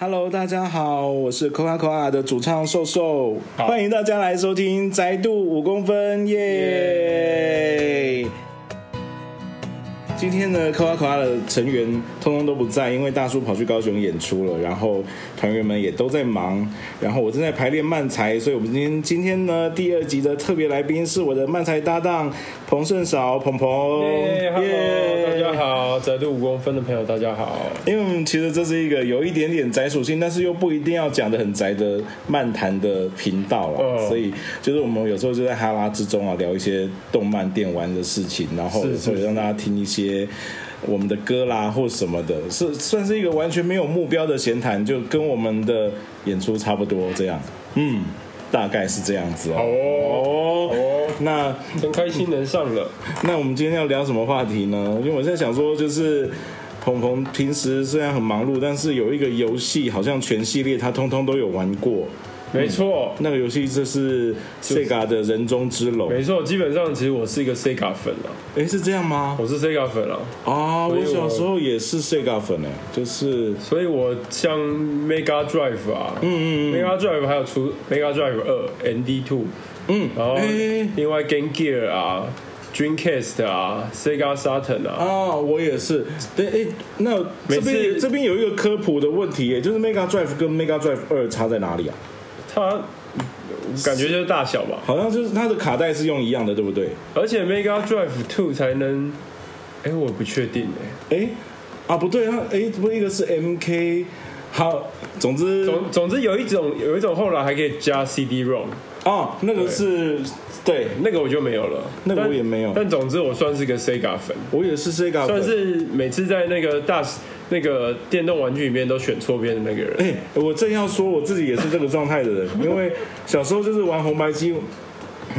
Hello，大家好，我是 Coca Cola 的主唱瘦瘦，好欢迎大家来收听《宅度五公分》耶、今天呢，Coca Cola 的成员通通都不在，因为大叔跑去高雄演出了，然后团员们也都在忙，然后我正在排练漫才，所以我们今天今天呢第二集的特别来宾是我的漫才搭档彭胜韶彭彭，耶耶，Hello，大家好，宅度五公分的朋友，大家好。因为我们其实这是一个有一点点宅属性，但是又不一定要讲的很宅的漫谈的频道了，嗯所以就是我们有时候就在哈拉之中啊聊一些动漫电玩的事情，然后是有时候也是让大家听一些我们的歌啦或什么的，是算是一个完全没有目标的闲谈，就跟我们的演出差不多这样，嗯，大概是这样子好哦。哦，好哦，那真开心能上了。那我们今天要聊什么话题呢？因为我现在想说，就是鹏鹏平时虽然很忙碌，但是有一个游戏好像全系列他通通都有玩过。没错，那个游戏这是 Sega 的人中之龙，没错，基本上其实我是一个 Sega 粉啊，哎，是这样吗？我是 Sega 粉啊，啊，所以我我小时候也是 Sega 粉哎，就是所以我像 Mega Drive 啊，嗯嗯 m e g a Drive 还有出 Mega Drive 二 ND Two，嗯，然后哎另外 Game Gear 啊，Dreamcast 啊，Sega Saturn 啊，啊，我也是。对，哎，那这每次边这边有一个科普的问题，哎，就是 Mega Drive 跟 Mega Drive 二差在哪里啊？它感觉就是大小吧。好像就是它的卡带是用一样的，对不对？而且 Mega Drive Two 才能，哎、我不确定哎、哎，啊不对啊，哎，不一个是 MK，好，总之总总之有一种有一种后来还可以加 CD-ROM，哦，那个是对那个我就没有了，那个但我也没有但总之我算是个 Sega 粉，我也是 Sega，算粉是每次在那个大那个电动玩具里面都选错边的那 个人。哎，我正要说我自己也是这个状态的人，因为小时候就是玩红白机，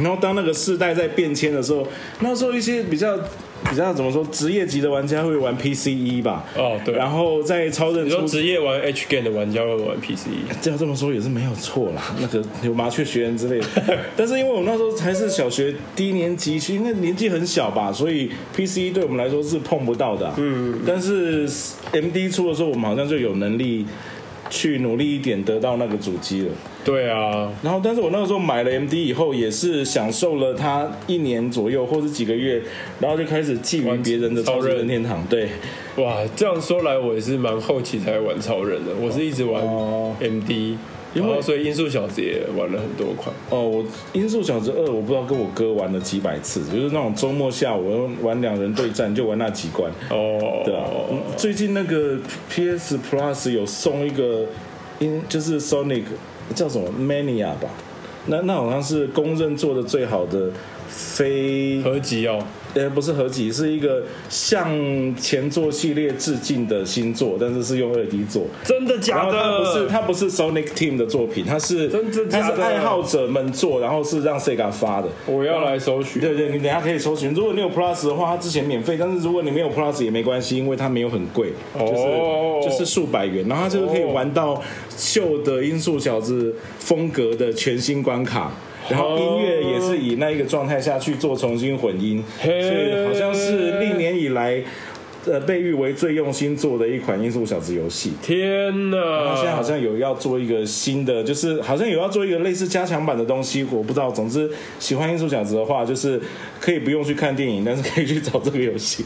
然后当那个世代在变迁的时候，那时候一些比较。比较怎么说，职业级的玩家会玩 PCE 吧？哦对然后在超人你说出职业玩 H game 的玩家会玩 PC，这样这么说也是没有错啦， 那个有麻雀学院之类的， 但是因为我那时候才是小学低年级，其实那年纪很小吧，所以 PC 对我们来说是碰不到的、嗯，但是 MD 出的时候，我们好像就有能力去努力一点得到那个主机了。对啊，然后，但是我那个时候买了 MD 以后，也是享受了它一年左右或是几个月，然后就开始觊觎别人的超级任天堂。对，哇，这样说来我也是蛮后期才玩超人的，我是一直玩哦 MD，、因然为后所以音速小子也玩了很多款。哦，我《音速小子二》我不知道跟我哥玩了几百次，就是那种周末下午玩两人对战，就玩那几关。哦，对啊，嗯最近那个 PS Plus 有送一个音，就是 Sonic 叫什么 Mania 吧？那那好像是公认做的最好的非合集哦，呃不是合集，是一个向前作系列致敬的新作，但是是用二 D 做。真的然假后它的？不是它不是 Sonic Team 的作品，它是真的它假的是爱好者们做，然后是让 Sega 发的。我要来搜寻。对对，你等一下可以搜寻。如果你有 Plus 的话，它之前免费，但是如果你没有 Plus 也没关系，因为它没有很贵，就是、哦就是数百元，然后它就是可以玩到秀的音速小子风格的全新关卡。然后音乐也是以那一个状态下去做重新混音，所嘿以好像是历年以来，呃，被誉为最用心做的一款音速小子游戏。天他呐！现在好像有要做一个新的，就是好像有要做一个类似加强版的东西，我不知道。总之，喜欢艺术小子的话，就是可以不用去看电影，但是可以去找这个游戏。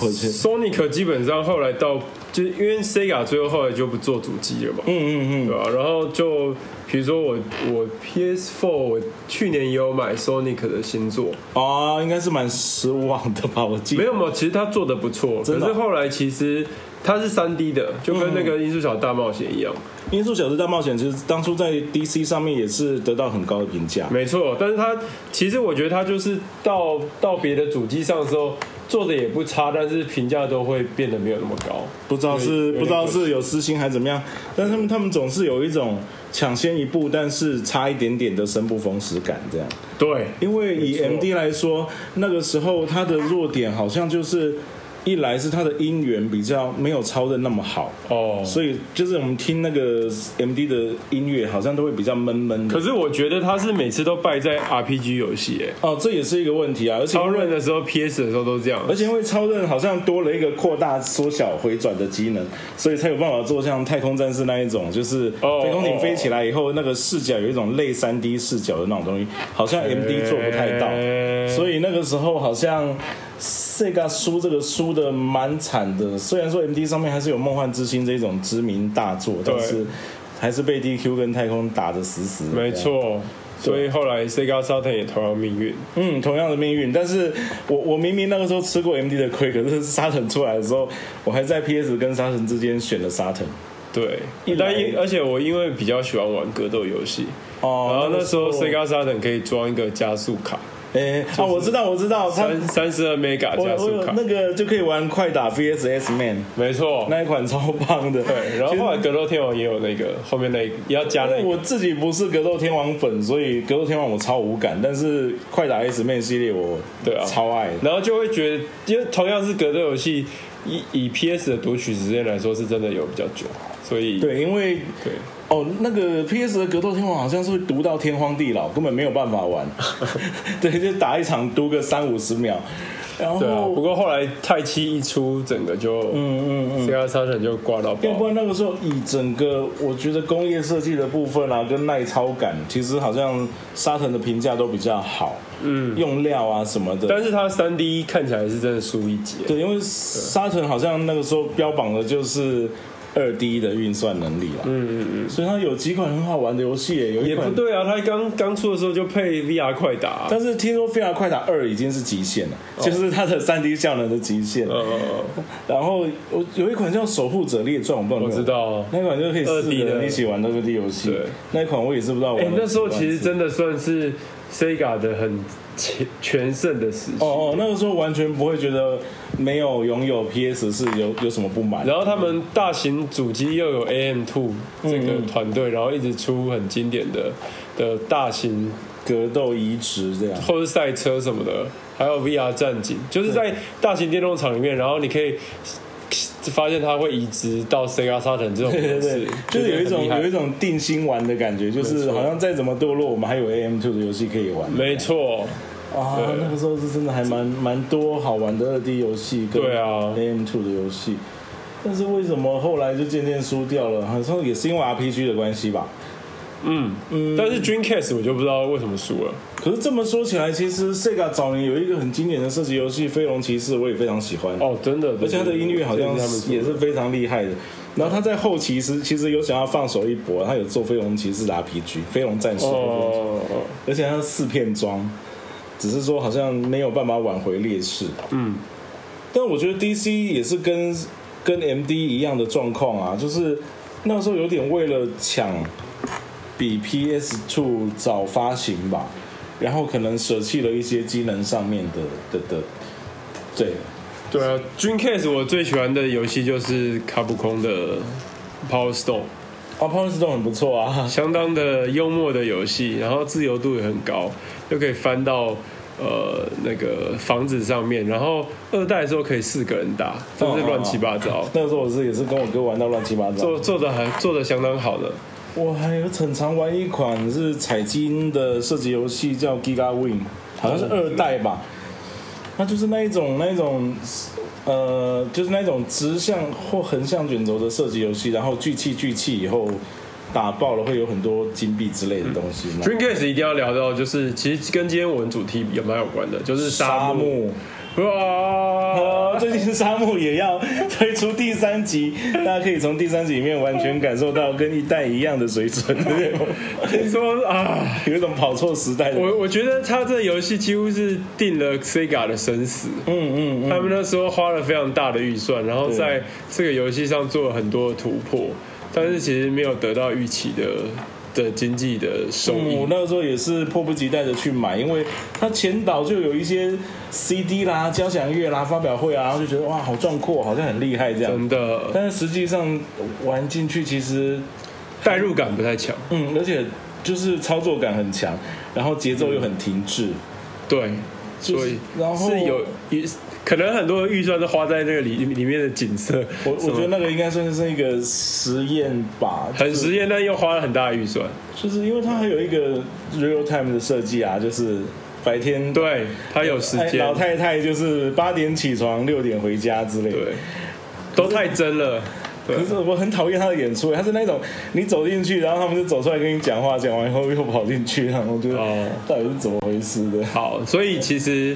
我觉 得， Sonic 基本上后来到，就是因为 Sega 最后后来就不做主机了嘛，嗯嗯嗯，对吧、啊然后就比如说我我 PS4 我去年也有买 Sonic 的新作，哦，应该是蛮失望的吧？我记没得，有没有，其实它做的不错，可真的嗯是哦后来其实它是 3D 的，就跟那个《音速小大冒险》一样， 《音速小子大冒险》其实当初在 DC 上面也是得到很高的评价。没错，但是它其实我觉得它就是到到别的主机上的时候做的也不差，但是评价都会变得没有那么高。不知道是有点不知道可惜是有私心还是怎么样，但是他们他们总是有一种抢先一步，但是差一点点的生不逢时感这样。对，因为以没错 MD 来说，那个时候它的弱点好像就是一来是它的音源比较没有超的那么好，哦，所以就是我们听那个 M D 的音乐好像都会比较闷闷的可。是我觉得他是每次都败在 RPG 游戏，哎，哦，这也是一个问题啊，而且超任的时候 PS 的时候都这样，而且因为超任好像多了一个扩大、缩小、回转的机能，所以才有办法做像太空战士那一种，就是哦飞空艇飞起来以后，那个视角有一种类三 D 视角的那种东西，好像 MD 做不太到，哎所以那个时候好像 Sega 输这个输的蛮惨的。虽然说 MD 上面还是有《梦幻之星》这种知名大作，但是还是被 DQ 跟太空打得死死的。没错，所以后来 Sega Saturn 也同样命运。嗯，同样的命运，但是我我明明那个时候吃过 MD 的亏，可是沙尘出来的时候，我还在 PS 跟沙尘之间选了沙尘。对一，来但因而且我因为比较喜欢玩格斗游戏，哦然后那时候 Sega Saturn 可以装一个加速卡，哎、啊，我知道，我知道，他三三十二 mega 我加我速有卡，那个就可以玩快打 VSS Man 没错。那一款超棒的。对，然后后来格斗天王也有那个后面那一也要加其那实个，我自己不是格斗天王粉，所以格斗天王我超无感，但是快打 S Man 系列我对啊超爱。然后就会觉得，因为同样是格斗游戏，以以 PS 的读取时间来说，是真的有比较久，所以对，因为对哦，那个 PS 的格斗天王好像是会读到天荒地老，根本没有办法 玩。对，就打一场读个三五十秒，然对啊。后、不过后来太七一出，整个就嗯嗯 Sega Saturn 就挂到要不爆，然那个时候以整个我觉得工业设计的部分啊，跟耐操感，其实好像沙腾的评价都比较好，嗯，用料啊什么的。但是它三 D 看起来是真的输一截。对，因为沙腾好像那个时候标榜的就是二 D 的运算能力啦，嗯嗯嗯，所以它有几款很好玩的游戏耶，有一也款不对啊，他刚刚出的时候就配 VR 快打、啊但是听说《飞常快打二》已经是极限了，哦就是它的3 D 效能的极限。呃，然后我有一款叫《守护者列传》，我不知道有没有那我知道啊。款就可以四 2D 个人的一起玩那个 D 游戏对。那一款我也是不知道玩哎、了几万次。那时候其实真的算是 Sega 的很全全盛的时期。哦哦，那个时候完全不会觉得没有拥有 PS 是有有什么不满。然后他们大型主机又有 AM Two 嗯这个团队，然后一直出很经典的的大型格斗移植这样，或是赛车什么的，还有 VR 战警，就是在大型电动场里面，然后你可以发现它会移植到 Sega Saturn 这种模式，就是有一种觉得很厉害有一种定心丸的感觉，就是没错好像再怎么堕落，我们还有 AM Two 的游戏可以玩。没错。啊，对那个时候是真的还蛮蛮多好玩的二 D 游戏跟对啊 AM Two 的游戏，但是为什么后来就渐渐输掉了？好像也是因为 RPG 的关系吧。嗯，但是 Dreamcast 我就不知道为什么输了。可是这么说起来，其实 Sega 早年有一个很经典的射击游戏《飞龙骑士》，我也非常喜欢，哦，真的，而且它的音乐好像这是他也们是非常厉害的。然后他在后期是其实有想要放手一搏，他有做《飞龙骑士》的 RPG，《飞龙战士》做的哦，哦而且它是四片装，只是说好像没有办法挽回劣势。嗯，但我觉得 DC 也是跟跟 MD 一样的状况啊，就是那时候有点为了抢比 PS Two 早发行吧，然后可能舍弃了一些机能上面的的的，对，对啊，Dreamcast 我最喜欢的游戏就是卡普空的 Power Stone，啊 p o n s 都很不错啊， 相当的幽默的游戏，然后自由度也很高，又可以翻到。呃，那个房子上面，然后二代的时候可以四个人打，真是乱七八糟，那个时候我是也是跟我哥玩到乱七八糟，做做的还做的相当好的。我还有很常玩一款是彩金的射击游戏，叫 Giga Win，好像是二代吧。它就是那一种那一种，呃，就是那一种直向或横向卷轴的射击游戏，然后聚气聚气以后打爆了会有很多金币之类的东西。那 Dreamcast 一定要聊到，就是其实跟今天我们主题也蛮有关的，就是沙沙漠。漠，哇呃，， 最近沙漠也要推出第三集，大家可以从第三集里面完全感受到跟一代一样的水准， 对不对你说啊，有一种跑错时代的。我我觉得他这游戏几乎是定了 Sega 的生死。嗯嗯嗯，他们那时候花了非常大的预算，然后对在这个游戏上做了很多的突破，但是其实没有得到预期的的经济的收嗯，益我。那个时候也是迫不及待的去买，因为它前导就有一些 CD 啦、交响乐啦、发表会啊，然后就觉得哇，好壮阔，好像很厉害这样。真的但是实际上玩进去，其实代入感不太强，嗯，而且就是操作感很强，然后节奏又很停滞，对，就是所以然后是有一可能很多的预算都花在那个里里面的景色。我我觉得那个应该算是一个实验吧，很实验，但又花了很大的预算。就是因为它还有一个 real time 的设计啊，就是白天对，他有时哎间老，太太就是八点起床，六点回家之类的。对，都太真了。对可是我很讨厌他的演出，他是那种你走进去，然后他们就走出来跟你讲话，讲完以后又跑进去，然后我觉得哦到底是怎么回事的？ 好，所以其实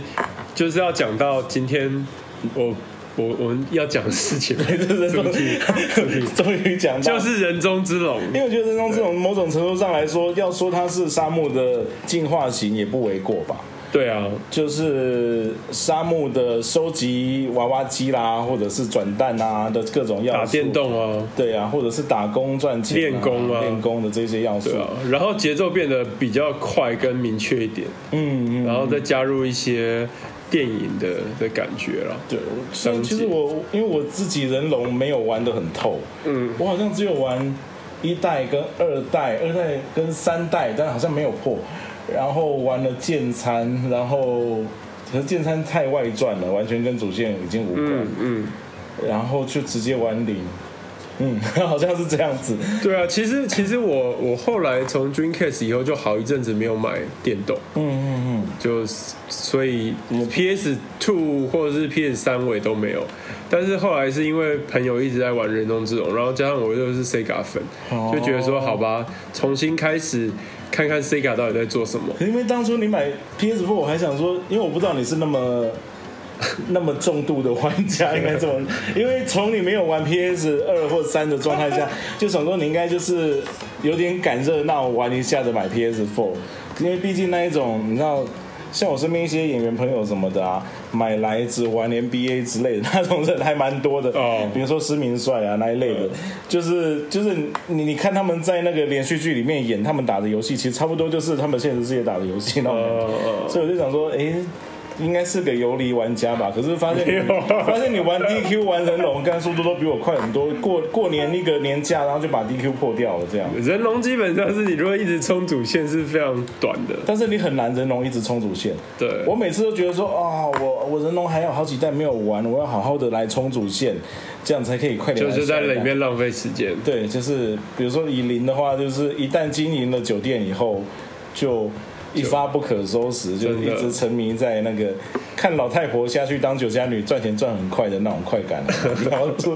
就是要讲到今天我我我们要讲的 事情，就是主题主题 终于讲到，就是人中之龙。因为我觉得人中这种某种程度上来说，要说它是沙漠的进化型也不为过吧。对啊，就是沙漠的收集娃娃机啦，或者是转蛋啊的各种要素，打电，动啊，对啊，或者是打工赚钱、练功啊练功的这些要素，对啊，然后节奏变得比较快跟明确一点，嗯嗯，然后再加入一些电影的的感觉了。对，所以章节其实我因为我自己人龙没有玩的很透，嗯，我好像只有玩一代跟二代，二代跟三代，但好像没有破。然后玩了剑参，然后可是剑参太外传了，完全跟主线已经无关，嗯嗯，然后就直接玩零，嗯， 好像是这样子。 对啊，其实其实我我后来从 Dreamcast 以后就好一阵子没有买电动，嗯嗯就所以 PS Two 或者是 PS 三我也都没有，但是后来是因为朋友一直在玩人中之龙，然后加上我又是 Sega 粉，哦就觉得说好吧，重新开始看看 Sega 到底在做什么。嗯，因为当初你买 PS4，我还想说，因为我不知道你是那么那么重度的玩家，应该这么，因为从你没有玩 PS 二或三的状态下，就想说你应该就是有点赶热闹玩一下子买 PS4，因为毕竟那一种你知道。像我身边一些演员朋友什么的啊，买来只玩 NBA 之类的那种人还蛮多的。哦比如说施明帅啊那一类的，就是就是你你看他们在那个连续剧里面演他们打的游戏，其实差不多就是他们现实世界打的游戏那种感觉。呃，所以我就想说，哎、应该是个游离玩家吧？可是发 现没你有发现你玩 DQ 玩人龙，干速度都比我快很多。过过年那个年假，然后就把 DQ 破掉了这样。人龙基本上是你如果一直冲主线是非常短的，但是你很难人龙一直冲主线。对，我每次都觉得说啊、我我人龙还有好几代没有玩，我要好好的来冲主线，这样才可以快点就来是在下一代里面浪费时间。对，就是比如说以零的话，就是一旦经营了酒店以后，就一发不可收拾，就真一的直沉迷在那个看老太婆下去当酒家女赚钱赚很快的那种快 感，然后就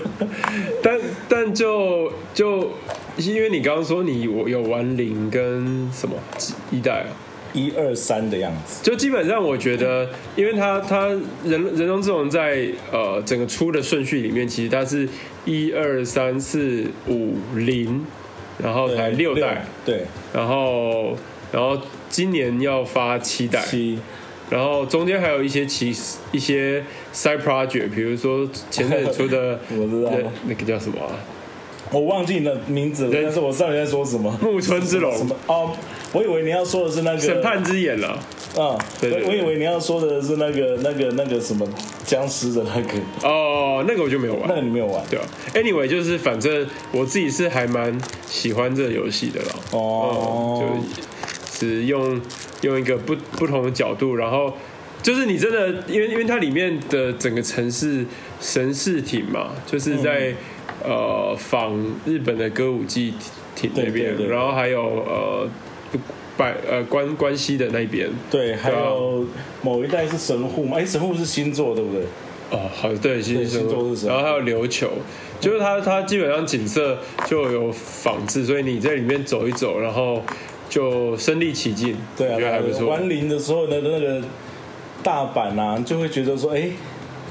但但就就因为你刚刚说你我有玩零跟什么几一代啊，一二三的样子。就基本上我觉得，因为它它人人中之龙在呃整个出的顺序里面，其实它是一二三四五零，然后才六代，对，然后然后今年要发七代，七，然后中间还有一些其一些 side project，比如说前阵子出的 我知道那那个叫什么啊、我忘记你的名字了，人但是我知道你在说什么。木村之什龙么。？哦，我以为你要说的是那个审判之眼啊了嗯，对对我我对以为你要说的是那个那个那个什么僵尸的那个，哦，那个我就没有那玩，个你没有玩。对啊。Anyway，就是反正我自己是还蛮喜欢这个游戏的啦。哦嗯就是用用一个不不同的角度，然后就是你真的，因为因为它里面的整个城市神市町嘛，就是在、嗯呃仿日本的歌舞伎町那对边，对对然后还有呃百呃关关西的那边。对，还有某一代是神户嘛？哎，神户是星座对不对？哦，好，对，新新洲洲是什么然后还有琉球，就是它它基本上景色就有仿制，所以你在里面走一走，然后就身临其境，对啊，我觉得还不错。玩零的时候呢，那个大阪啊，就会觉得说，哎，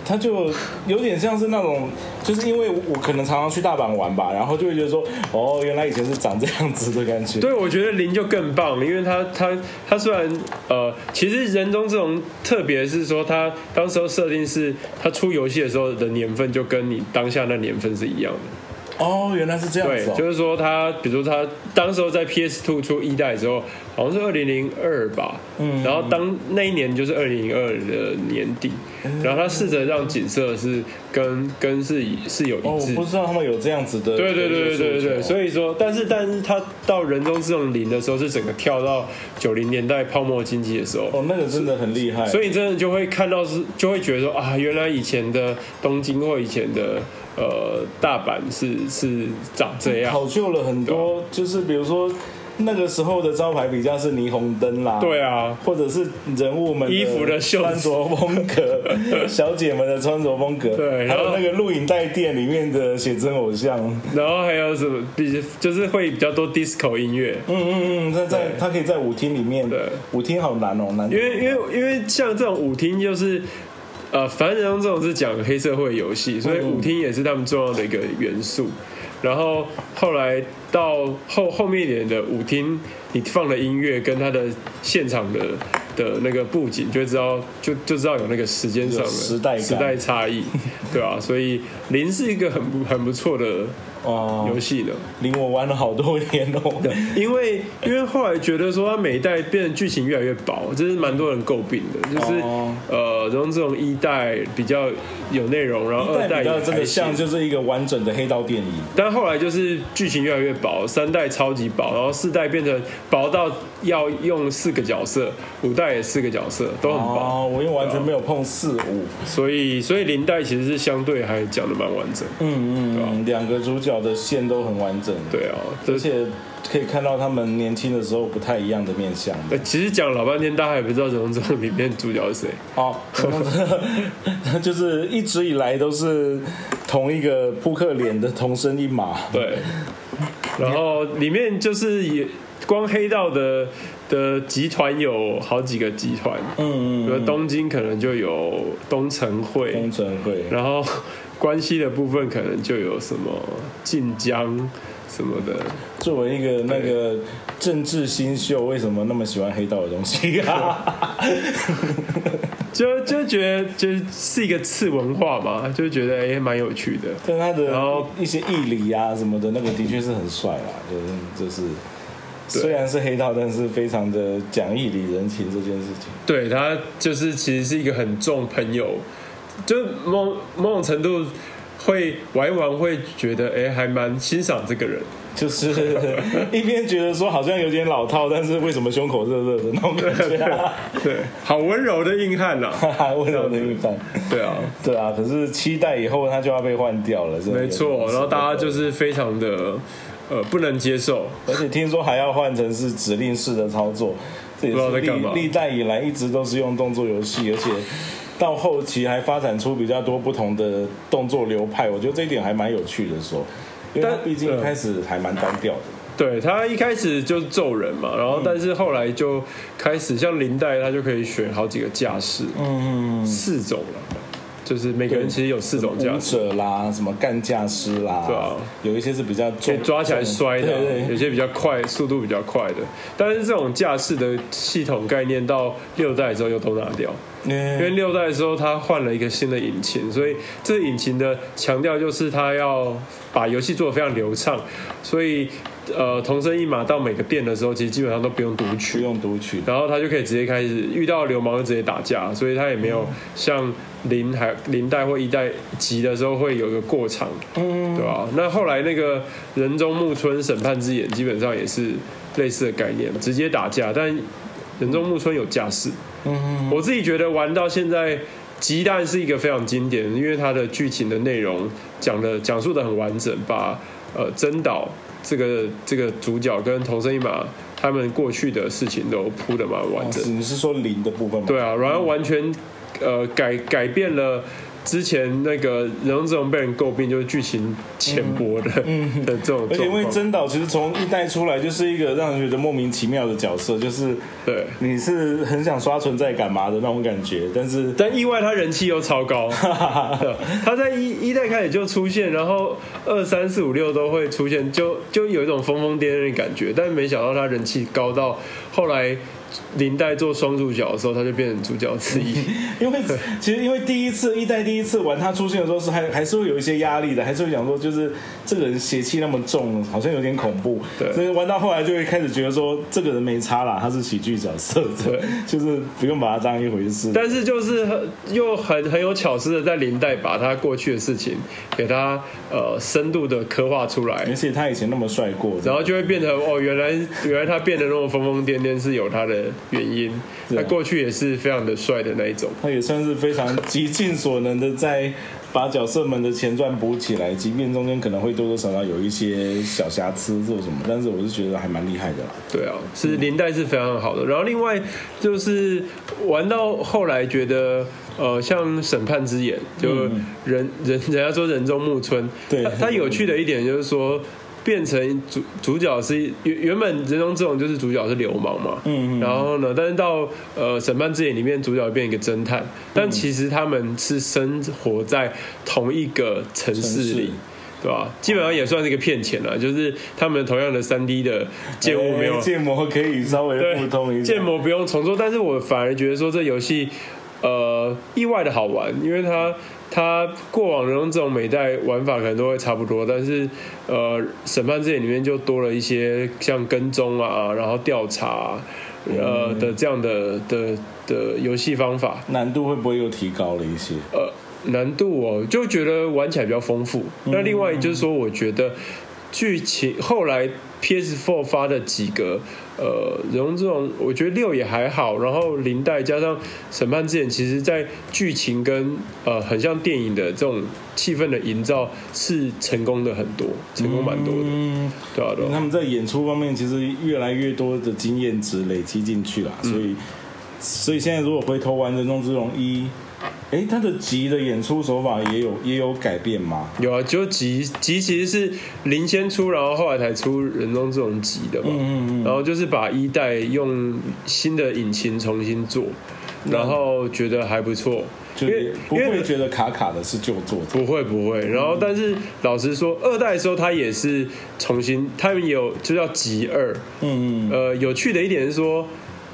他就有点像是那种，就是因为我可能常常去大阪玩吧，然后就会觉得说，哦，原来以前是长这样子的感觉。对，我觉得零就更棒，因为它它它虽然呃，其实人中这种，特别是说它当时候设定是它出游戏的时候的年份就跟你当下那年份是一样的，哦，原来是这样对子、哦，，就是说他，比如说他当时候在 PS Two 出一代之后，好像是二零零二吧，嗯，然后当那一年就是二零零二的年底，嗯然后他试着让景色是跟跟是是有哦，一我致不知道他们有这样子的，对对对对对对，以所以说，但是但是他到人中之龙零的时候，是整个跳到九零年代泡沫经济的时候，哦，那个真的很厉害，所以以你真的就会看到是，就会觉得说啊，原来以前的东京或以前的呃大阪是是长这样。考究了很多，就是比如说那个时候的招牌比较是霓虹灯啦，对啊，或者是人物们衣服的袖子穿着风格，小姐们的穿着风格，对还然有后那个录影带店里面的写真偶像，嗯然后还有什么，比就是会比较多 disco 音乐，嗯嗯，他在他可以在舞厅里面，对，舞厅好难哦，难，因为因为因为像这种舞厅就是。呃，凡人中这种是讲黑社会游戏，所以嗯舞厅也是他们重要的一个元素。然后后来到后后面一点的舞厅，你放的音乐跟它的现场的的那个布景，就会知道就就知道有那个时间上的有时代感时代差异，对啊，所以零是一个很不很不错的哦，游戏呢。领我玩了好多年哦，因为因为后来觉得说它每一代变得剧情越来越薄，这是蛮多人诟病的，就是、哦呃，然后这种一代比较有内容，然后 二但代比较也真还的行像就是一个完整的黑道电影，但后来就是剧情越来越薄，三代超级薄，然后四代变成薄到要用四个角色，五代也四个角色，都很啊薄，哦，我又完全没有碰四五，所以所以零代其实是相对还讲的蛮完整，嗯嗯嗯，两个主角的线都很完整，啊对啊，而这且可以看到他们年轻的时候不太一样的面相。呃其实讲老半天，大家也不知道《人龙中》里面主角是谁，哦， 就是一直以来都是同一个扑克脸的同生一马。对，然后里面就是也光黑道的的集团有好几个集团，比嗯嗯，如东京可能就有东城会工，程会然后关西的部分可能就有什么晋江什么的，作为一个那个政治新秀，为什么那么喜欢黑道的东 西啊？就就觉得就是一个次文化嘛，就觉得哎蛮、有趣的。但他然的后一些义理啊什么的，那个的确是很帅啦，就是就是。虽然是黑道，但是非常的讲义理人情这件事情。对他就是其实是一个很重朋友，就某某种程度会玩一玩会觉得哎、还蛮欣赏这个人。就是 一边觉得说好像有点老套，但是为什么胸口热热的那种感觉、啊？ 对，好温柔的硬汉 呐、哈哈，温柔的一半。对啊，对啊，可是期待以后他就要被换掉了，真的，没错。然后大家就是是非常的呃不能接受，而且听说还要换成是指令式的操作，这也不知道是在干历嘛历代以来一直都是用动作游戏，而且到后期还发展出比较多不同的动作流派，我觉得这一点还蛮有趣的说，因为它但毕竟嗯开始还蛮单调的。对他一开始就揍人嘛，然嗯后但是后来就开始像林黛，他就可以选好几个架势，嗯，四种了，就是每个人其实有四种架舞势。者啦，什么干架师啦，嗯对啊有一些是比较重可以抓起来摔的啊，对对有对些比较快，速度比较快的。但是这种架势的系统概念到六代之后又都拿掉，因为嗯，六代的时候它换了一个新的引擎，所以这引擎的强调就是它要把游戏做得非常流畅，所以呃，同生一马到每个店的时候，其实基本上都不用读不取，用读取，然后他就可以直接开始遇到流氓就直接打架，所以他也没有像零还零代或一代急的时候会有一个过场，嗯，对吧、那后来那个人中木村审判之眼基本上也是类似的概念，直接打架，但人中木村有架势，嗯，我自己觉得玩到现在，《鸡蛋》是一个非常经典，因为它的剧情的内容讲的讲述的很完整，把呃真岛这个这个主角跟童生一马他们过去的事情都铺的蛮完整。哦你是说零的部分吗？对啊，然后完全呃改改变了。之前那个人中之龙被人诟病，就是剧情浅薄的、的这种嗯而且状因为况，真岛其实从一代出来就是一个让人觉得莫名其妙的角色，就是对。你是很想刷存在感嘛的那种感觉，但是但意外他人气又超 高，对他在一一代开始就出现，然后二三四五六都会出现，就就有一种疯疯癫癫的感觉。但没想到他人气高到后来林黛做双主角的时候，他就变成主角之一。因 为其实因为第一次一代第一次玩他出现的时候是还还是会有一些压力的，还是会想说就是这个人邪气那么重，好像有点恐怖。对所以玩到后来就会开始觉得说这个人没差啦，他是喜剧角色，对， 就是不用把他当一回事。但是就是很又很很有巧思的，在林黛把他过去的事情给他呃深度的刻画出来而，且他以前那么帅过，然后就会变成哦，原来原来他变得那么疯疯癫癫是有他的原因。对他过去也是非常的帅的那一种。他也算是非常极尽所能的在把角色们的前传补起来，即便中间可能会多多少少有一些小瑕疵或什么，但是我是觉得还蛮厉害的啦。对啊，是林黛是非常好的。然后另外就是玩到后来觉得，呃，像审判之眼，就人、 人人家说人中木村，嗯对他他有趣的一点就是说。变成主主角是原原本人中之龙就是主角是流氓嘛，嗯嗯然后呢，但是到呃审判之眼里面，主角变一个侦探，嗯但其实他们是生活在同一个城市城市里，对吧、基本上也算是一个骗钱了，就是他们同样的三 D 的建物没有哎建模可以稍微对互通一下，建模不用重做，但是我反而觉得说这游戏呃意外的好玩，因为它它过往的这种美代玩法可能都会差不多，但是呃审判之眼里面就多了一些像跟踪啊，然后调查啊、呃的这样的的的游戏方法，难度会不会又提高了一些？呃难度哦，就觉得玩起来比较丰富。那另外就是说，我觉得剧情后来 PS4 发的几个呃《人中之龙》，我觉得六也还好，然后林黛加上审判之眼，其实在剧情跟呃很像电影的这种气氛的营造是成功的很多，成功蛮多的，嗯，对啊对啊他们在演出方面其实越来越多的经验值累积进去了，嗯所以所以现在如果回头玩《人中之龙一》，哎，他的集的演出手法也有也有改变吗？有啊，就集集其实是零先出，然后后来才出人中这种集的嘛。嗯嗯嗯然后就是把一代用新的引擎重新做，然后觉得还不错，嗯就因为是不因会为觉得嗯卡卡的是旧作者，不会不会。然后但是老实说，二代的时候它也是重新，他们有就叫集二。嗯嗯，呃，有趣的一点是说。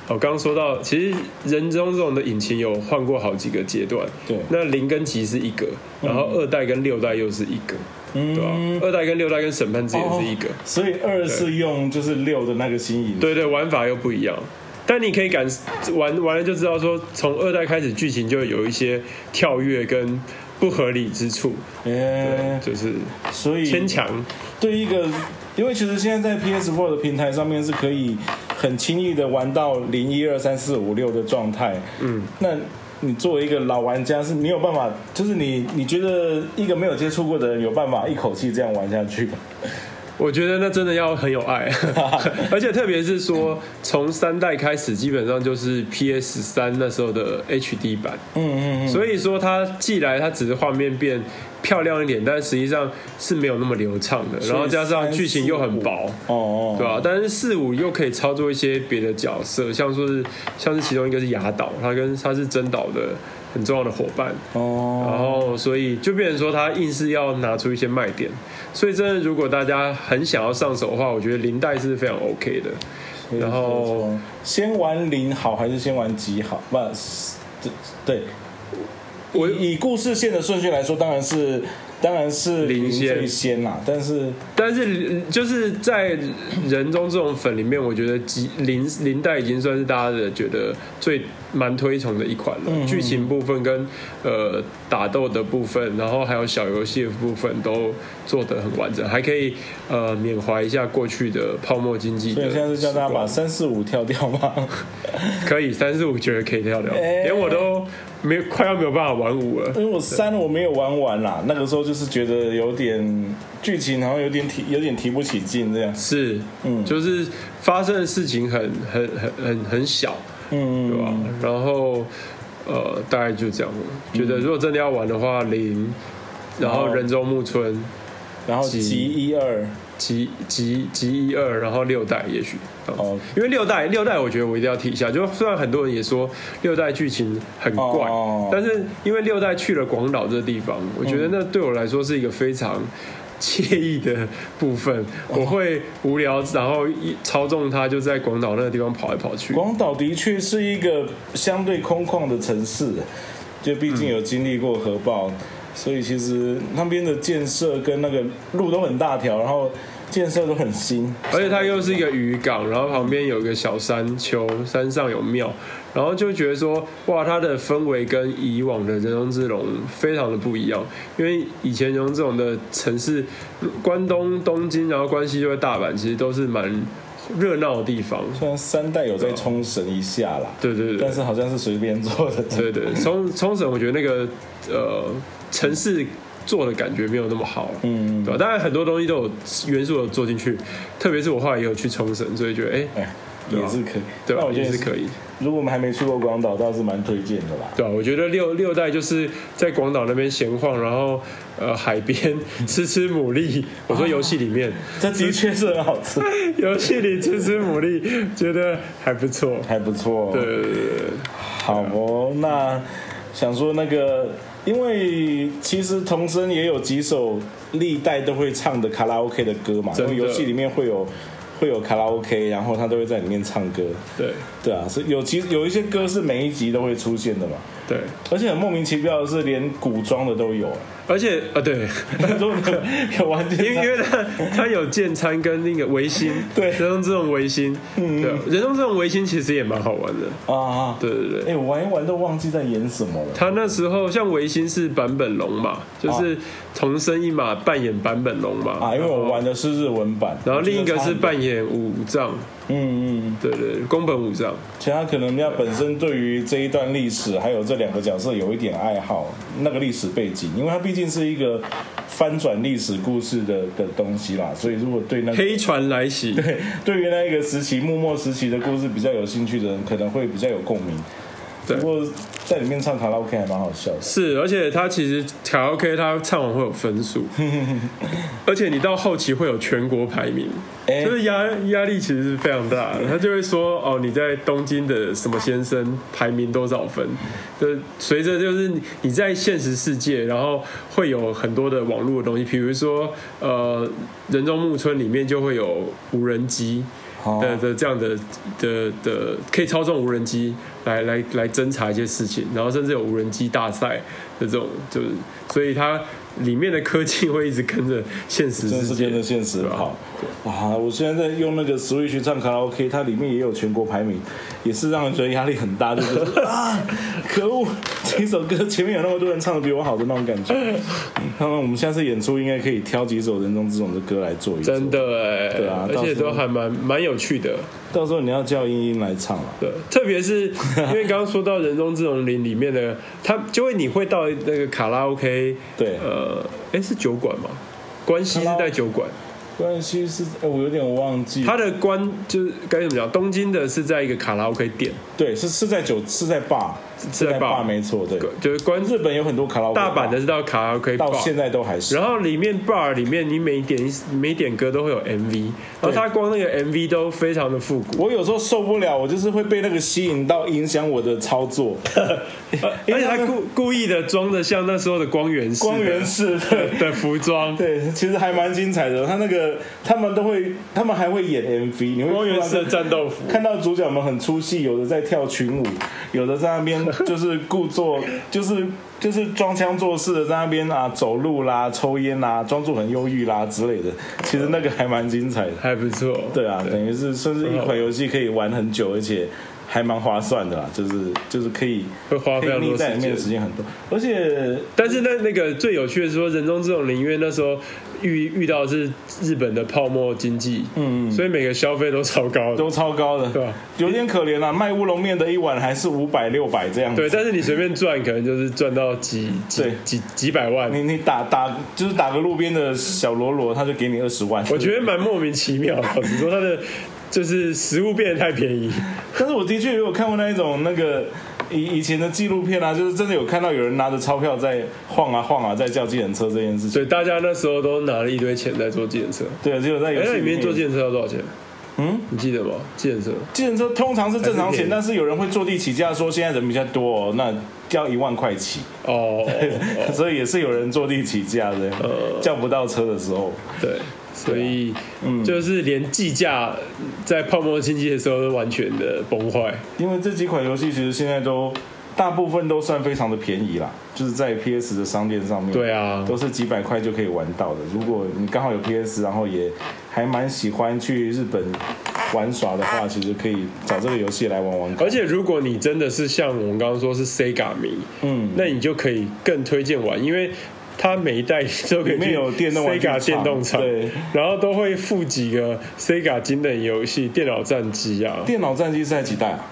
我刚刚说到，其实人中这种的引擎有换过好几个阶段，对那零跟集是一个，然后二代跟六代又是一个，嗯对吧、啊二代跟六代跟审判之眼是一个，哦所以二是用就是六的那个新颖，对对，玩法又不一样。但你可以感玩玩了就知道说从二代开始剧情就有一些跳跃跟不合理之处，哎，就是所以牵强。对一个，因为其实现在在 PS4 的平台上面是可以很轻易的玩到零一二三四五六的状态。嗯，那你作为一个老玩家，是没有办法，就是你你觉得一个没有接触过的人有办法一口气这样玩下去吗？我觉得那真的要很有爱， 而且特别是说从三代开始，基本上就是 PS 三那时候的 HD 版，嗯嗯嗯，所以说它寄来它只是画面变漂亮一点，但实际上是没有那么流畅的，然后加上剧情又很薄。哦对啊，但是四五又可以操作一些别的角色，像说是像是其中一个是雅岛，他跟他是真岛的很重要的伙伴，哦哦，然后所以就变成说他硬是要拿出一些卖点，所以真的如果大家很想要上手的话，我觉得林黛是非常 OK 的。然后先玩零好还是先玩几好？不，是对，我以故事线的顺序来说，当然是当然是零先最先啦，但是。但是就是在人中这种粉里面，我觉得集林林黛已经算是大家的觉得最蛮推崇的一款嗯了。剧、情部分跟呃打斗的部分，然后还有小游戏的部分都做得很完整，还可以呃缅怀一下过去的泡沫经济的所以时光。现在是叫大家把三四五跳掉吗？ 可以三四五觉得可以跳聊，哎连我都没有快要没有办法玩五了。因为我三我没有玩完啦，那个时候就是觉得有点剧情好像有点提有点提不起劲这样。是，嗯，就是发生的事情很很很很很小，嗯，对吧？然后呃，大概就这样了。觉得如果真的要玩的话，零，然然后后人中木村然后急集一二，集集集一二，然后六代也许这样子哦因为六代六代我觉得我一定要提一下，就虽然很多人也说六代剧情很怪，哦但是因为六代去了广岛这地方，我觉得那对我来说是一个非常。惬意的部分，我会无聊，然后一操纵它就在广岛那个地方跑来跑去。广岛的确是一个相对空旷的城市，就毕竟有经历过核爆，所以其实那边的建设跟那个路都很大条，然后建设都很新。而且它又是一个渔港，然后旁边有一个小山丘，山上有庙，然后就觉得说，哇，它的氛围跟以往的人中之龙非常的不一样，因为以前人中之龙的城市，关东东京，然后关西就会大阪，其实都是蛮热闹的地方。虽然三代有在冲绳一下啦，对对对，但是好像是随便做的。对对，冲冲绳我觉得那个呃城市做的感觉没有那么好了，嗯对吧？当然很多东西都有元素有做进去，特别是我后来也有去冲绳，所以觉得哎、哎，对 啊也是可以。对吧那我？觉也得是可以，如果我们还没去过广岛，倒是蛮推荐的啦。对吧？啊我觉得六六代就是在广岛那边闲晃，然后呃海边 吃吃牡蛎，我说游戏里面， 这的确是很好吃，游戏里吃吃牡蛎，觉得还不错。呃还不错。哦对，对对对好哦，那想说那个，因为其实童声也有几首历代都会唱的卡拉 OK 的歌嘛，真因的为游戏里面会有会有卡拉 OK，然后他都会在里面唱歌。对对啊，所以有其有一些歌是每一集都会出现的嘛，对，而且很莫名其妙的是，连古装的都有，而且啊对。 都有有完全因为因为他他有建参跟那个维新， 对嗯人中之龙维新，对，啊人中之龙维新其实也蛮好玩的，啊啊，对对对。哎、我玩一玩都忘记在演什么了。他那时候像维新是版本龙嘛，就是同生一马扮演版本龙嘛，啊啊，因为我玩的是日文版，然后我觉得另一个差是很多扮演武藏，嗯嗯嗯，对对，对宫本武藏，其他可能要本身对于这一段历史，还有这两个角色有一点爱好，那个历史背景，因为它毕竟是一个翻转历史故事的的东西啦，所以如果对那个黑船来袭，对对于那一个时期幕末时期的故事比较有兴趣的人，可能会比较有共鸣。对不过在里面唱卡拉 OK 还蛮好笑的。是，而且他其实卡拉 OK 他唱完会有 分数，而且你到后期会有全国排名，哎就是压压力其实是非常大的。他就会说哦，你在东京的什么先生排名多少分？就是随着就是你你在现实世界，然后会有很多的网络的东西，比如说呃，人中木村里面就会有无人机。哦的的这样的的的可以操纵无人机来来来侦查一些事情，然后甚至有无人机大赛的这种，就是所以它里面的科技会一直跟着现实真世是界跟着现实跑对啊！我现在在用那个 Switch 唱卡拉 OK，它里面也有全国排名，也是让人觉得压力很大，就是 啊，可恶，这首歌前面有那么多人唱的比我好的那种感觉。那么我们下次演出应该可以挑几首人中之龙的歌来做一做，真的哎、对啊而到且时候都还蛮蛮有趣的，到时候你要叫英英来唱了。对，特别 是因为刚刚说到人中之龙林里面的，它就会你会到那个卡拉 OK，对呃，哎是酒馆吗？关西是在酒馆，关系是，哎我有点忘记，它的关就是该怎么讲？东京的是在一个卡拉 OK 店，对，是是在酒，是在坝，是在 bar 没错，对。就是关日本有很多卡拉 OK，大阪的是到卡拉 OK 到现 bar，在都还是。然后里面 bar 里面你每点每点歌都会有 MV，然后它光那个 MV 都非常的复古，我有时候受不了，我就是会被那个吸引到，影响我的操 作。呃而且他故故意的装的像那时候的光源式的光源式对 的服装。对，其实还蛮精彩的。他那个他们都会，他们还会演 MV，你会光源突式然的战斗服，看到主角们很出戏，有的在跳群舞，有的在那边 就是故作，就是就是装腔作势的在那边啊走路啦、抽烟啦、装作很忧郁啦之类的。其实那个还蛮精彩的。 还不错。对啊，等于是算是一款游戏可以玩很久，而且还蛮划算的啦，啊就是就是可以会花非常可以多腻在里面的时时间很多，而且但是那那个最有趣的是说，人中这种林，因为那时候遇遇到的是日本的泡沫经济，嗯，所以每个消费都超高的，都超高的，对啊有点可怜啦、卖乌龙面的一碗还是五百六百这样子。对。但是你随便赚，可能就是赚到几几对几几百万，你你打打就是打个路边的小喽啰，他就给你二十万。我觉得蛮莫名其妙的。你说它的 就是食物变得太便宜，但是我的确也有看过那一种那个以以前的纪录片啊，就是真的有看到有人拿着钞票在晃啊晃啊，在叫计程车这件事情。所以大家那时候都拿了一堆钱在坐计程车。对，只有在游哎，戏那里面坐计程车要多少钱？嗯，你记得吗？记得这个计程车通常是正常还是便钱，宜但是有人会坐地起价说现在人比较多、哦，那要一万块起，哦，哦所以也是有人坐地起价的，呃叫不到车的时候。 对，所以啊嗯就是连计价在泡沫经济的时候都完全的崩坏。因为这几款游戏其实现在都大部分都算非常的便宜啦，就是在 PS 的商店上面，对啊都是几百块就可以玩到的。如果你刚好有 PS，然后也还蛮喜欢去日本玩耍的话，其实可以找这个游戏来玩玩看。而且如果你真的是像我们刚刚说是 Sega 迷，嗯，那你就可以更推荐玩，因为它每一代都可以里面去有电动玩具 Sega 厂电动厂，对，然后都会附几个 Sega 经典游戏、电脑战机啊，电脑战机是在几代啊？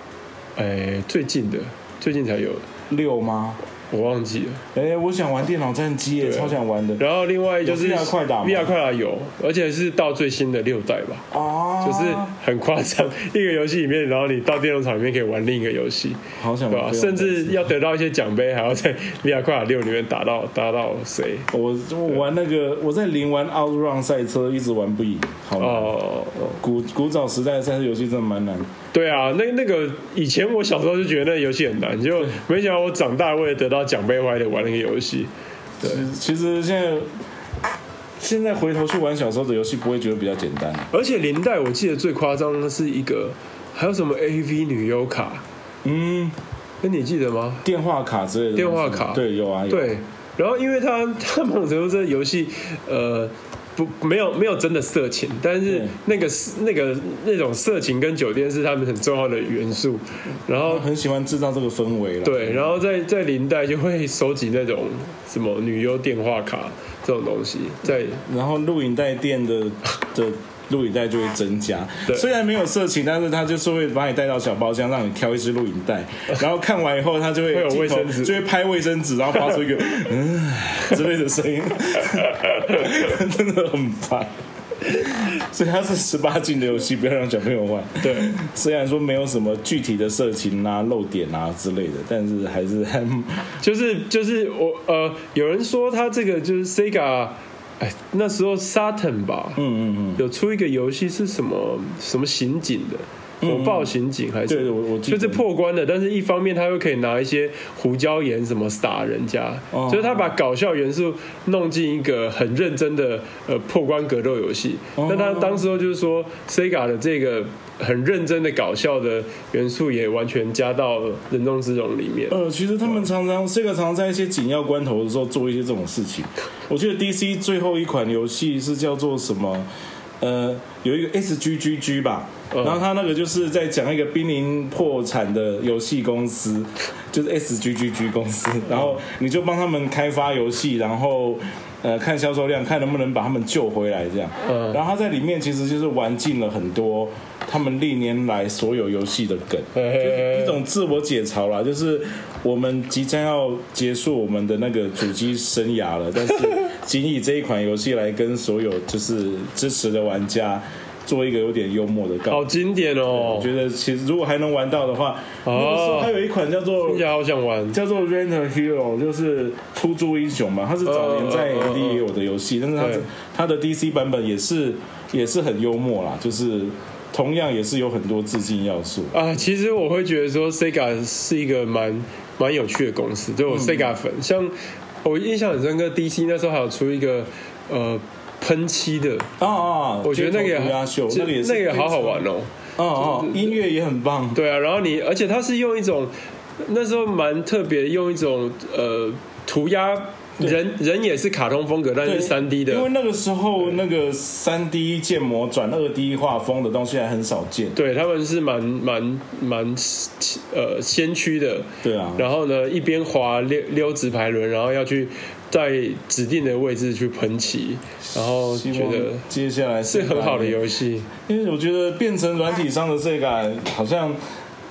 哎，最近的最近才有的，六吗？我忘记了。哎、我想玩电脑战机耶，对啊超想玩的然后另外就是有 VR 快打吗 VR 快打有，而且是到最新的六代吧，啊！就是很夸张， 一个游戏里面，然后你到电动场里面可以玩另一个游戏，好想对吧、玩，甚至要得到一些奖杯，还要在 VR 快打六里面打到打到谁？我我玩那个我在零玩 Outrun 赛车，一直玩不赢，好难。哦，古古早时代的赛车游戏真的蛮难的。对啊，那那个以前我小时候就觉得那个游戏很难，就没想到我长大为了得到奖杯，我还得玩那个游戏。其实现在现在回头去玩小时候的游戏，不会觉得比较简单。而且林代我记得最夸张的是一个，还有什么 AV 女优卡，嗯，那你记得吗？电话卡之类的东西。电话卡对，有啊，有。，对，然后因为他 他某种程度这个游戏，呃，不没有没有真的色情，但是对那个那个那种色情跟酒店是他们很重要的元素，然后。很喜欢制造这个氛围了。， 对，然后在在林代就会收集那种什么女优电话卡这种东西，在然后录影带店的的。录影带就会增加对，虽然没有色情，但是他就是会把你带到小包厢，让你挑一支录影 带，然后看完以后，他就会会有镜头卫生纸就会拍卫生纸，然后发出一个 嗯之类的声音， 真的很烦。所以它是十八禁的游戏，不要让小朋友玩。对，虽然说没有什么具体的色情啊、漏点啊之类的，但是还是还就是就是我呃，有人说他这个就是 Sega，哎，那时候 Saturn 吧，嗯嗯嗯，有出一个游戏是什么什么刑警的。火爆刑警还嗯是对我我记就得是破关的，但是一方面他又可以拿一些胡椒盐什么撒人家，哦就是他把搞笑元素弄进一个很认真的呃破关格斗游戏。哦那他当时候就是说，Sega 的这个很认真的搞笑的元素也完全加到《人中之龙》里面。呃，其实他们常常这个常常在一些紧要关头的时候做一些这种事情。我记得 DC 最后一款游戏是叫做什么？呃，有一个 S G G G 吧，嗯然后他那个就是在讲一个濒临破产的游戏公司，就是 S G G G 公司，然后你就帮他们开发游戏，然后呃看销售量，看能不能把他们救回来这样。嗯然后他在里面其实就是玩尽了很多他们历年来所有游戏的梗，呃就是一种自我解嘲啦，就是我们即将要结束我们的那个主机生涯 了，但是仅以这一款游戏来跟所有就是支持的玩家做一个有点幽默的告好白。经典哦我！觉得其实如果还能玩到的话，那个时候还有一款叫做听起来好想玩。叫做 Renter Hero，就是出租英雄嘛，它是早年在嗯嗯嗯 AD 也有的游戏，但是它对是它的 DC 版本也是也是很幽默啦，就是同样也是有很多致敬要素。啊，其实我会觉得说，Sega 是一个蛮蛮有趣的公司，嗯对我 Sega 粉，像我印象很深刻，DC 那时候还有出一个呃喷漆的，啊啊！我觉得那个也街头涂鸦秀，就那个也是那个也好好。玩哦。哦哦，音乐也很棒。对啊，然后你而且它是用一种那时候蛮特别，用一种呃涂鸦。人人也是卡通风格，但是三 D 因为的，那个时候那个三 D 建模转二 D 画风的东西还很少见。对他们是蛮蛮蛮呃先驱的，对啊，然后呢，一边滑溜溜直排轮，然后要去在指定的位置去喷漆，然后希觉望得接下来是很好的游戏，因为我觉得变成软体商的这个好像，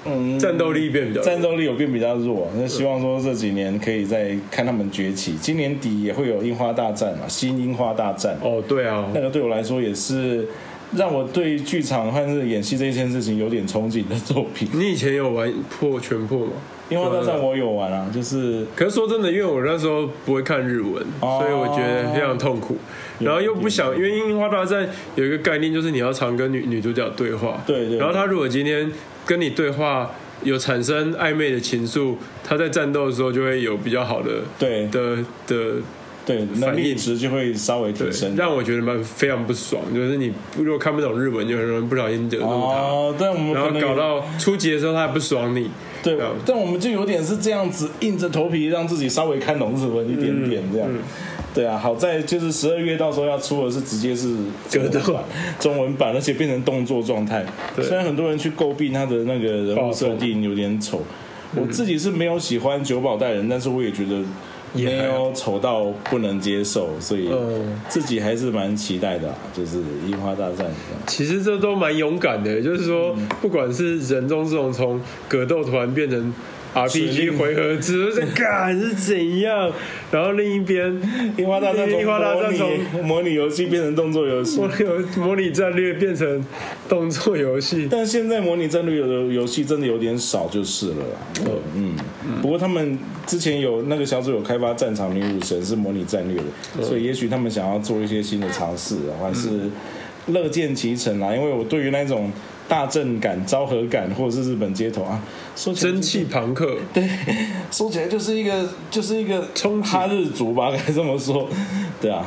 嗯，战斗力变比较战斗力有变比较弱。那希望说这几年可以再看他们崛起。今年底也会有樱花大战嘛，新樱花大战。哦，对啊那，个对我来说也是让我对剧场和是演戏这一件事情有点憧憬的作品。你以前有玩破全破吗？樱花大战我有玩啊，就是可是说真的，因为我那时候不会看日文，哦所以我觉得非常痛苦。然后又不想，因为《樱花大战》有一个概念，就是你要常跟女女主角对话。对对然后她如果今天跟你对话有产生暧昧的情愫，她在战斗的时候就会有比较好的对的的对，能反力应值就会稍微提升。让我觉得蛮非常不爽，就是你如果看不懂日文，就很容易不小心惹怒他，哦，但我们然后可能搞到初级的时候他还不爽你，对这样，但我们就有点是这样子，硬着头皮让自己稍微看懂日文一点点这嗯样。对啊，好在就是十二月到时候要出的是直接是格斗中文版中文版，而且变成动作状态。对虽然很多人去诟病他的那个人物设定有点丑，我自己是没有喜欢九保带人，但是我也觉得也没还好有丑到不能接受，所以嗯自己还是蛮期待的、啊，就是樱花大战这样。其实这都蛮勇敢的，就是说，嗯不管是人中之龙从格斗团变成水 RPG 印回合制，就是敢是怎样？然后另一边，樱花大战从樱花大模战拟模拟游戏变成动作游戏模，拟 模拟战略变成动作游戏，但现在模拟战略的游戏真的有点少，就是了啦。嗯，不过他们之前有那个小组有开发《战场女武神》是模拟战略的，所以也许他们想要做一些新的尝试啊，还是乐见其成啦。因为我对于那种大阵感、昭和感，或者是日本街头啊，说起来蒸汽朋克，对，说起来就是一个就是一个冲击哈日族吧，该这么说。对啊，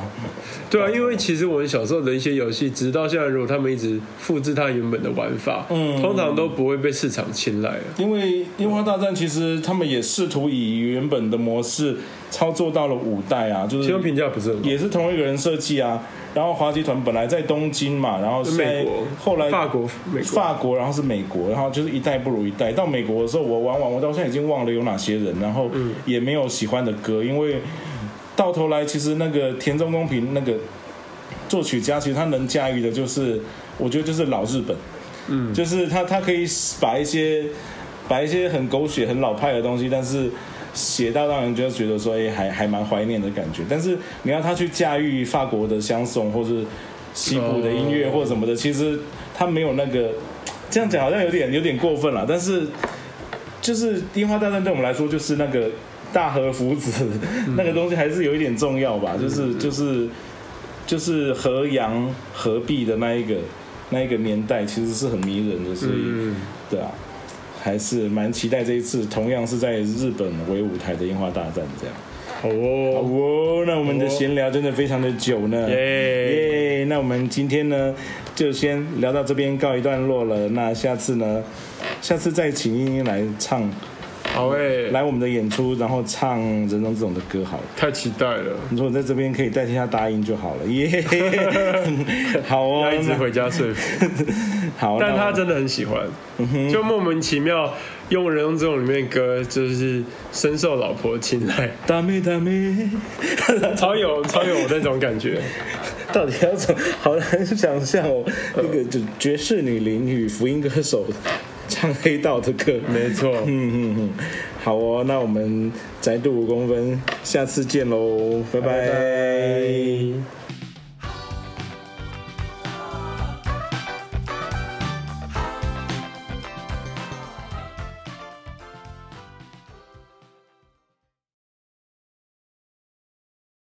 对啊，因为其实我们小时候的一些游戏，直到现在，如果他们一直复制它原本的玩法，嗯通常都不会被市场青睐啊了。因为《樱花大战》其实他们也试图以原本的模式操作到了五代啊，就其实是评价不是很好。也是同一个人设计啊。然后滑集团本来在东京嘛，然后现在美国、后来法国、美国，法国，然后是美国，然后就是一代不如一代。到美国的时候，我玩完，我到现在已经忘了有哪些人，然后嗯也没有喜欢的歌，因为到头来其实那个田中公平那个作曲家，其实他能驾驭的就是，我觉得就是老日本，嗯，就是他他可以把一些把一些很狗血、很老派的东西，但是。写到让人就觉得说，哎、还还蛮怀念的感觉。但是你要他去驾驭法国的相送，或是西部的音乐哦或什么的，其实他没有那个，这样讲好像有点有点过分了。但是就是《樱花大战》对我们来说，就是那个大和福子、那个东西还是有一点重要吧，就是就是就是河阳合璧的那一个那一个年代，其实是很迷人的，所以、嗯，对啊。还是蛮期待这一次，同样是在日本为舞台的樱花大战这样。好哦，哦，那我们的好哦闲聊真的非常的久呢。耶、耶那我们今天呢，就先聊到这边告一段落了。那下次呢，下次再请英英来唱，好哦诶、来我们的演出，然后唱人中这种的歌好了。太期待了，你说我在这边可以代替他答应就好了， 耶、好哦要，一直回家睡。那 好，但那他我真的很喜欢，嗯就莫名其妙用《人中之龙》里面的歌，就是深受老婆 青睐，大妹大妹，超有超有那种感觉。到底要怎么？好难想象哦，那个就爵士女伶与福音歌手唱黑道的歌，没错，嗯嗯嗯，好哦，那我们宅度五公分，下次见喽，拜拜拜拜